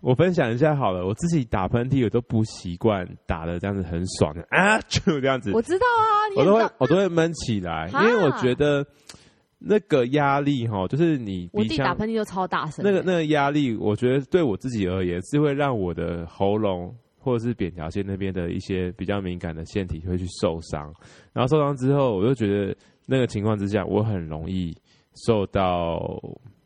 B: 我分享一下好了，我自己打喷嚏我都不习惯打的这样子很爽的 (laughs) 啊，就这样子，
A: 我知道啊，你
B: 我
A: 也
B: 都
A: 知
B: 会
A: 道
B: 我都会闷起来，因
A: 哈
B: 为我觉得那个压力哈，就是你
A: 我
B: 鼻
A: 自己打
B: 腔
A: 喷嚏就超大声的，
B: 那个那个压力，我觉得对我自己而言是会让我的喉咙或者是扁桃腺那边的一些比较敏感的腺体会去受伤，然后受伤之后，我就觉得那个情况之下，我很容易受到，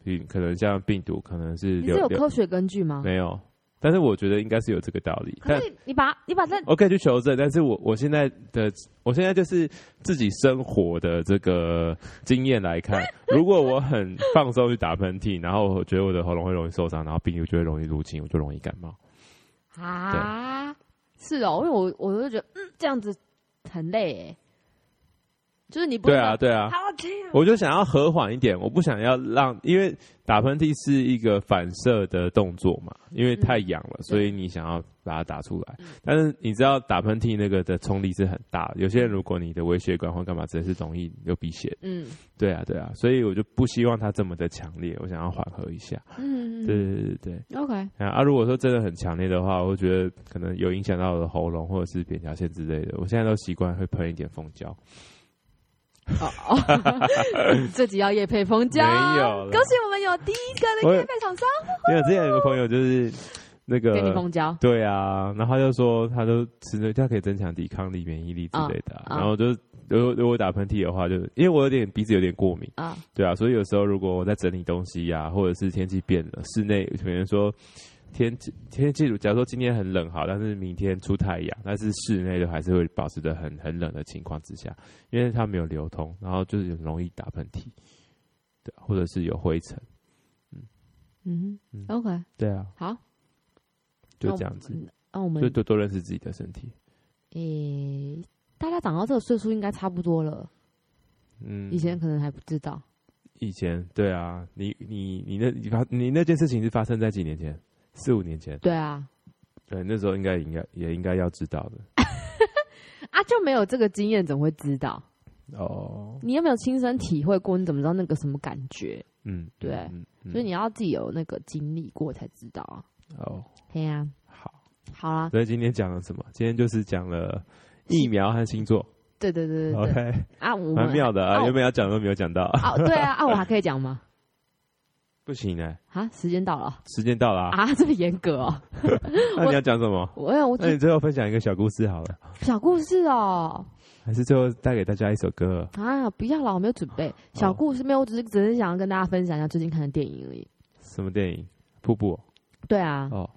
B: 嗯，可能像病毒，可能是
A: 你
B: 流
A: 这有
B: 流
A: 科学根据吗？
B: 没有，但是我觉得应该是有这个道理。
A: 可
B: 但
A: 是你把你把那
B: 我可以去求证，但是我我现在的我现在就是自己生活的这个经验来看，如果我很放松去打喷嚏，然后我觉得我的喉咙会容易受伤，然后病毒就会容易入侵，我就容易感冒。
A: 啊，是哦，因为我我就觉得嗯这样子很累诶，就是你不
B: 对
A: 能
B: 啊，对啊，
A: 好听
B: 我就想要和缓一点，我不想要让，因为打喷嚏是一个反射的动作嘛，因为太痒了，所以你想要把它打出来。但是你知道打喷嚏那个的冲力是很大的，有些人如果你的微血管或干嘛，真的是容易流鼻血。
A: 嗯
B: 对啊，对啊，所以我就不希望它这么的强烈，我想要缓和一下。
A: 嗯
B: 对对对对
A: 嗯，OK，
B: (laughs) 对。啊，如果说真的很强烈的话，我会觉得可能有影响到我的喉咙或者是扁桃腺之类的。我现在都习惯会喷一点蜂胶，
A: 哦哦， (laughs) 这集要夜配封胶，
B: 没有啦
A: 恭喜我们有第一个
B: 我
A: 的夜配厂商
B: 因为我之前有个朋友就是那个
A: 给你封胶，
B: 对啊，然后他就说，他都吃了，他可以增强抵抗力、免疫力之类的啊、
A: 啊啊
B: 然后就是，如果如果我打喷嚏的话就，因为我有点鼻子有点过敏，
A: 啊，
B: 对啊，所以有时候如果我在整理东西呀、或者是天气变了，室内可能说天气天气，假如说今天很冷好，但是明天出太阳，但是室内的还是会保持着很很冷的情况之下，因为它没有流通，然后就是很容易打喷嚏，对、啊，或者是有灰尘，
A: 嗯
B: 嗯
A: 哼，OK，
B: 对啊，
A: 好，
B: 就这样子，
A: 那我们
B: 就多多认识自己的身体。
A: 诶，大家长到这个岁数应该差不多了，
B: 嗯，
A: 以前可能还不知道，
B: 以前对啊，你你你那你发你那件事情是发生在几年前？四五年前，
A: 对啊，
B: 对，那时候应该应该也应该要知道的
A: 啊就没有这个经验，怎么会知道？
B: 哦。
A: 你有没有亲身体会过？你怎么知道那个什么感觉？
B: 嗯，
A: 对
B: 嗯，嗯
A: 所以你要自己有那个经历过才知道啊。
B: 哦
A: 对呀、
B: 好。
A: 好啊啦，
B: 所以今天讲了什么？今天就是讲了疫苗和星座
A: 对对对对对
B: ，OK，
A: 啊，我
B: 蛮
A: 们
B: 妙的
A: 啊
B: 啊。
A: 我
B: 原本要讲都没有讲到， (laughs)
A: 啊，对啊啊，我还可以讲吗？
B: 不行哎，
A: 啊，时间到了
B: 时间到了啊。
A: 啊， (laughs) 这么严格哦、
B: 那你要讲什么？
A: 我有我
B: 那你最后分享一个小故事好了，
A: 小故事哦、
B: 还是最后带给大家一首歌？
A: 啊，不要了，我没有准备小故事，没有，我只是只是想要跟大家分享一下最近看的电影而已。
B: 什么电影？瀑布哦
A: 对啊，
B: 哦。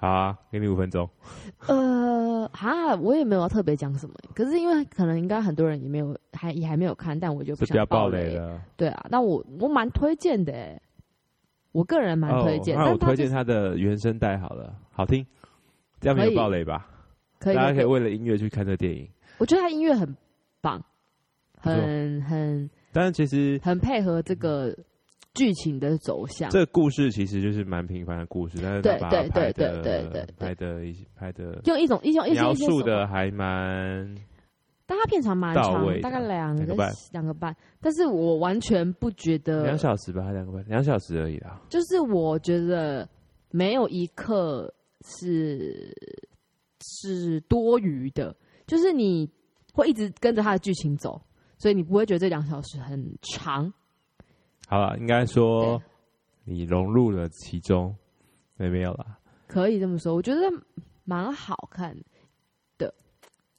B: 好啊，给你五分钟。
A: 呃，哈，我也没有要特别讲什么，可是因为可能应该很多人也没有还也还没有看，但我就不
B: 这
A: 想
B: 不要
A: 爆
B: 暴雷
A: 了。
B: 了。
A: 对啊，那我我蛮推荐的欸，我个人蛮推荐，
B: 哦。那
A: 但
B: 我
A: 它
B: 推荐
A: 就是
B: 他的原声带好了，好听，这样没有
A: 可以
B: 暴雷吧？
A: 可
B: 大
A: 以，
B: 家可以
A: 以，
B: 为了音乐去看这电影。
A: 我觉得他音乐很棒，
B: 错
A: 很很
B: 但是其实
A: 很配合这个剧情的走向。
B: 这个故事其实就是蛮平凡的故事，但是他
A: 对
B: 把它
A: 对
B: 拍
A: 对
B: 的
A: 对对对
B: 拍的一些拍的
A: 用一种一种一些
B: 描
A: 一些
B: 述
A: 手法
B: 的还蛮
A: 但它片长蛮
B: 到
A: 长
B: 位的，
A: 大概两
B: 两个半
A: 两个半，但是我完全不觉
B: 两
A: 得，
B: 小时吧，还两个半两小时而已啦。
A: 就是我觉得没有一刻是是多余的，就是你会一直跟着它的剧情走，所以你不会觉得这两小时很长。
B: 好了，应该说你融入了其中，对，没有啦。
A: 可以这么说，我觉得蛮好看的。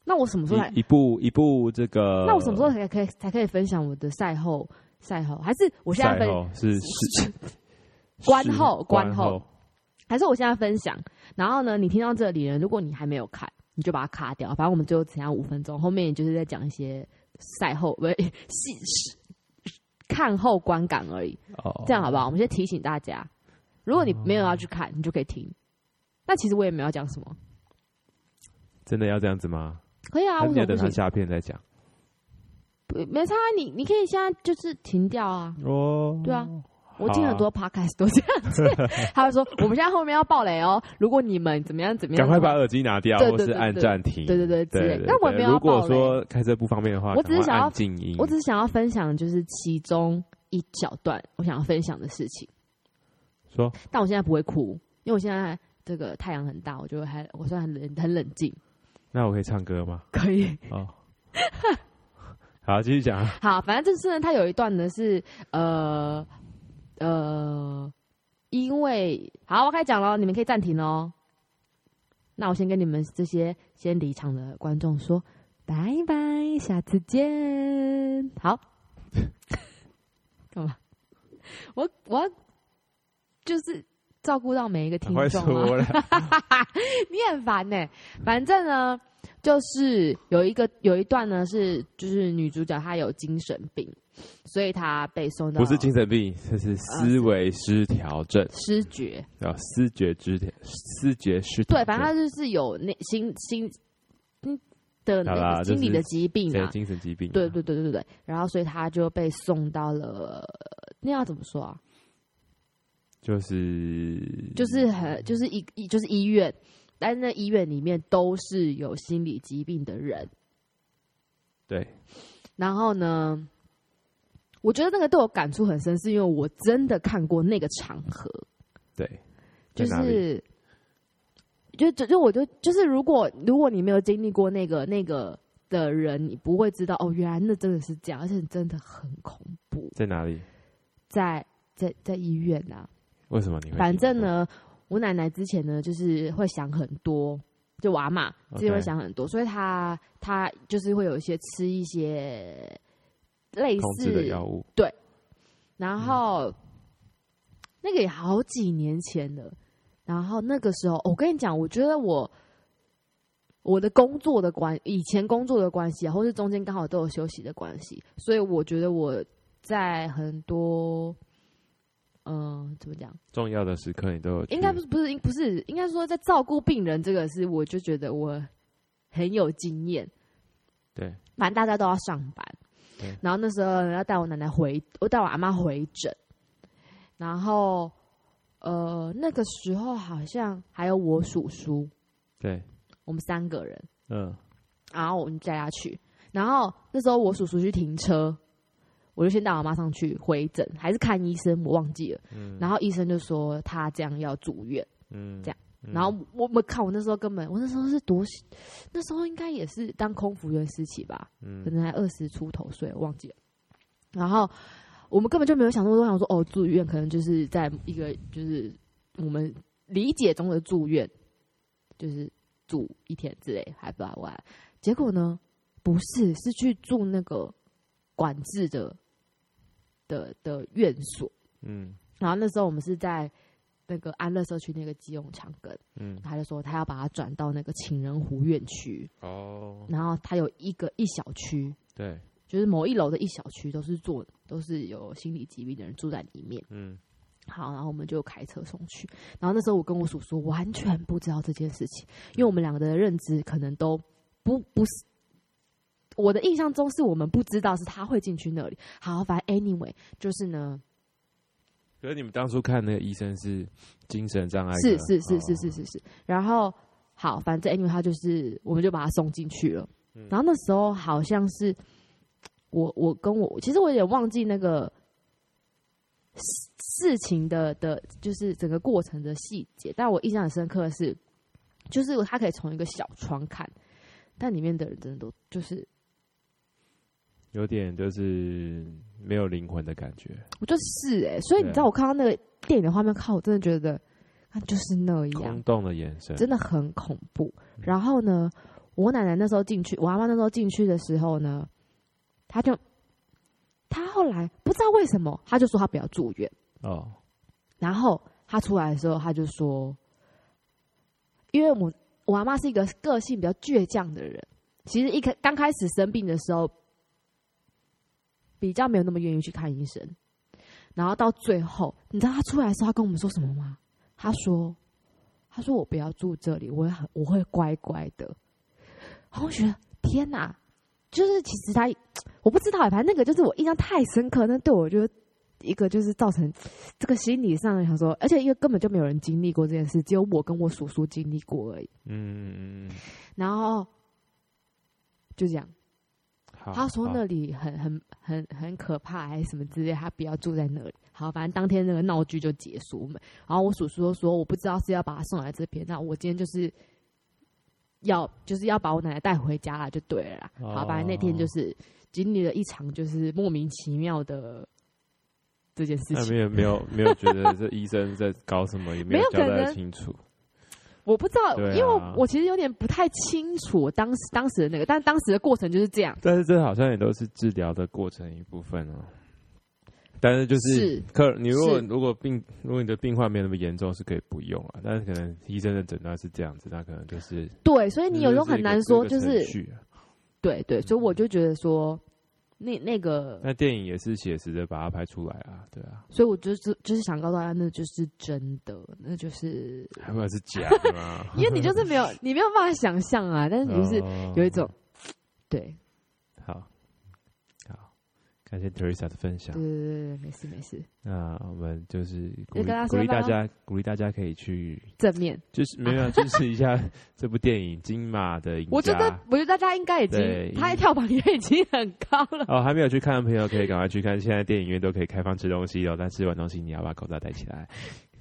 A: 那我什么时候才？
B: 一一部一部这个，
A: 那我什么时候才可以才可以分享我的赛后赛后？还是我现在
B: 赛
A: 分？
B: 后是
A: (laughs)
B: 是
A: 观
B: 是
A: 后观
B: 观
A: 后还是我现在分享？然后呢，你听到这里了，如果你还没有看，你就把它卡掉。反正我们最后只要五分钟，后面也就是在讲一些赛后 (laughs) 不是戏看后观感而已。
B: 哦，
A: 这样好不好？我们先提醒大家，如果你没有要去看，你就可以听。那其实我也没有要讲什么，
B: 真的要这样子吗？
A: 可以啊，
B: 那
A: 为
B: 你
A: 什
B: 要
A: 么不
B: 等他
A: 行？
B: 下片再讲
A: 不没差啊，你你可以现在就是停掉啊。
B: 哦
A: 对啊，我听很多 podcast 都这样子，他会说我们现在后面要爆雷哦，如果你们怎么样怎么
B: 赶
A: 样，
B: 快把
A: 怎么
B: 耳机拿掉，
A: 对
B: 或
A: 对
B: 是
A: 对
B: 按
A: 对
B: 暂停。
A: 样对对对之类
B: 对
A: 的
B: 对，
A: 但我也没有
B: 如
A: 要
B: 果
A: 爆雷。
B: 说开车不方便的话，
A: 我只是
B: 赶快
A: 想要
B: 按静音。
A: 我只是想要分享，就是其中一小段我想要分享的事情，
B: 说
A: 但我现在不会哭，因为我现在这个太阳很大，我就还我虽然很冷很冷静，
B: 那我可以唱歌吗？
A: 可以。
B: 哦，好，继续讲啊。
A: 好，反正这次呢，它有一段呢是呃呃，因为好，我开始讲了，你们可以暂停哦。那我先跟你们这些先离场的观众说 (laughs) 拜拜，下次见。好，干嘛？我我要就是照顾到每一个听
B: 快
A: 众啊
B: 说。
A: (laughs)
B: 了，
A: 你很烦呢、反正呢，就是有一个有一段呢是，就是女主角她有精神病，所以她被送到
B: 不是精神病，
A: 呃
B: 这是思维失调症，
A: 失觉，
B: 啊，思觉失调，思觉失调症。
A: 对，反正她就是有那心心嗯的
B: 好
A: 那
B: 啦
A: 个心
B: 就
A: 理
B: 是
A: 的疾病
B: 对
A: 啊，
B: 精神疾病啊，
A: 对对对对对对，然后所以她就被送到了。那要怎么说啊？
B: 就是
A: 就是很就是一一就是医院，但是那医院里面都是有心理疾病的人，
B: 对，
A: 然后呢，我觉得那个对我感触很深，是因为我真的看过那个场合，
B: 对，
A: 就
B: 在哪里
A: 是，就就就我就就是，如果如果你没有经历过那个那个的人，你不会知道哦，原来那真的是这样，而且真的很恐怖，
B: 在哪里？
A: 在在在医院啊，
B: 为什么你会？
A: 反正，呢，我奶奶之前呢，就是会想很多，就娃嘛，之前
B: OK
A: 会想很多所以她她就是会有一些吃一些类
B: 控制
A: 似
B: 的药物，
A: 然后、那个也好几年前了。然后那个时候，我跟你讲，我觉得我我的工作的关，以前工作的关系啊，或是中间刚好都有休息的关系，所以我觉得我在很多，嗯、怎么讲？
B: 重要的时刻你都有去，
A: 应该不是不是不是，应该说在照顾病人这个事，我就觉得我很有经验。
B: 对，
A: 反正大家都要上班
B: 对，
A: 然后那时候要带我奶奶回，我带我阿妈回诊，然后呃那个时候好像还有我叔叔，
B: 对，
A: 我们三个人，
B: 嗯，
A: 然后我们带他去，然后那时候我叔叔去停车，我就先带我妈上去回诊，还是看医生，我忘记了，然后医生就说他这样要住院。
B: 嗯，
A: 这样
B: 嗯，
A: 然后我们看我那时候根本，我那时候是多，那时候应该也是当空服员时期吧，
B: 嗯
A: 可能才二十出头岁，忘记了。然后我们根本就没有想说，我想说哦，住院可能就是在一个就是我们理解中的住院，就是住一天之类，还不知道玩。结果呢，不是，是去住那个管制的的的院所。
B: 嗯
A: 然后那时候我们是在那个安乐社区那个基隆长庚。
B: 嗯，
A: 他就说他要把它转到那个情人湖院区，
B: 哦，
A: 然后他有一个一小区，
B: 对，
A: 就是某一楼的一小区都是做都是有心理疾病的人住在里面。
B: 嗯，
A: 好，然后我们就开车送去。然后那时候我跟我叔叔完全不知道这件事情，因为我们两个的认知可能都不不是。我的印象中是我们不知道是他会进去那里。好，反正 anyway 就是呢，
B: 可是你们当初看那个医生是精神障碍
A: 是
B: 的，
A: 是是是
B: 哦
A: 是，是是。然后好，反正 anyway 他就是，我们就把他送进去了。
B: 嗯
A: 然后那时候好像是我我跟我，其实我有点忘记那个事事情的的，就是整个过程的细节。但我印象很深刻的是，就是他可以从一个小窗看，但里面的人真的都就是，
B: 有点就是没有灵魂的感觉，
A: 我就是哎、所以你
B: 对啊
A: 知道我看到那个电影的画面，靠，我真的觉得啊就是那样
B: 空，洞的眼神，
A: 真的很恐怖。然后呢，我奶奶那时候进去，我阿妈那时候进去的时候呢，她就她后来不知道为什么，她就说她不要住院。
B: 哦，
A: 然后她出来的时候，她就说，因为我我阿妈是一个个性比较倔强的人，其实一开刚开始生病的时候，比较没有那么愿意去看医生。然后到最后，你知道她出来的时候，她跟我们说什么吗？她说：“她说我不要住这里，我会很我会乖乖的。”然后我觉得天哪，就是其实她我不知道，反正那个就是我印象太深刻，那对我觉得一个就是造成这个心理上想说，而且因为根本就没有人经历过这件事，只有我跟我叔叔经历过而已。
B: 嗯嗯嗯，嗯
A: 然后就这样，
B: 好，
A: 他说
B: 好
A: 那里很很很很可怕，还是什么之类，他不要住在那里。好，反正当天那个闹剧就结束嘛。然后我叔叔就说，我不知道是要把他送来这边，那我今天就是要就是要把我奶奶带回家了，就对了啦。好，反正那天就是经历了一场就是莫名其妙的这件事
B: 那
A: 情
B: 没。有没
A: (laughs)
B: 有没有觉得这医生在搞什么，也没
A: 没有
B: 有交
A: 可
B: 代
A: 能
B: 得清楚。
A: 我不知道，
B: 对啊
A: 因为我我其实有点不太清楚我当时当时的那个，但当时的过程就是这样。
B: 但是这好像也都是治疗的过程一部分哦。但是就是
A: 是
B: 客你如果
A: 是
B: 如果病如果你的病患没有那么严重，是可以不用啊。但是可能医生的诊断是这样子，那可能就是
A: 对，所以你有时候
B: 就是
A: 很
B: 一个
A: 难说，
B: 一个
A: 就
B: 程
A: 是
B: 序啊
A: 对对，所以我就觉得说，那那个，
B: 那电影也是写实的把它拍出来啊，对啊，
A: 所以我就就就是想告诉大家，那就是真的，
B: (laughs)
A: 那就是
B: 还不然是假的
A: (laughs)，
B: 嘛
A: 因为你就是没有，你没有办法想象啊，但是你就是
B: 哦
A: 有一种，对
B: 好好，感谢 Teresa 的分享
A: 对。对对对，没事没事，
B: 那我们就是鼓
A: 跟
B: 励
A: 大家
B: 鼓
A: 说
B: 励
A: 拜
B: 大
A: 拜
B: 家鼓励大家可以去，
A: 正面，
B: 就是没有啊支持一
A: (laughs)
B: 下这部电影金马的赢家。
A: 我觉得我觉得大家应该已经
B: 对，
A: 他的跳板也已经很高了， (laughs)
B: 哦，还没有去看的朋友可以赶快去看，现在电影院都可以开放吃东西哦，但吃完东西你要把口罩戴起来。
A: (laughs)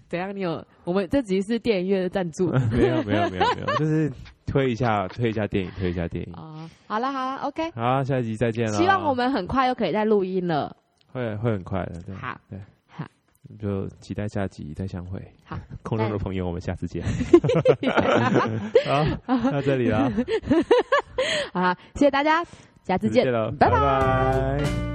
A: 怎样？你有我们这集是电影院的赞
B: (laughs)
A: 助
B: 没有没有没有没有，就是推一下推一下电影，推一下电影。
A: 啊，好啦好啦，OK，
B: 好，下一集再见了。
A: 希望我们很快又可以再录音了，
B: 会会很快的，对，
A: 好
B: 对，
A: 好，
B: 就期待下集再相会。
A: 好，
B: (laughs) 空中的朋友，我们下次
A: (laughs)
B: 见。 (laughs) 好，到这
A: (laughs)
B: 里了，啊
A: 好啦，谢谢大家，下次见。
B: 了，
A: 拜拜
B: 拜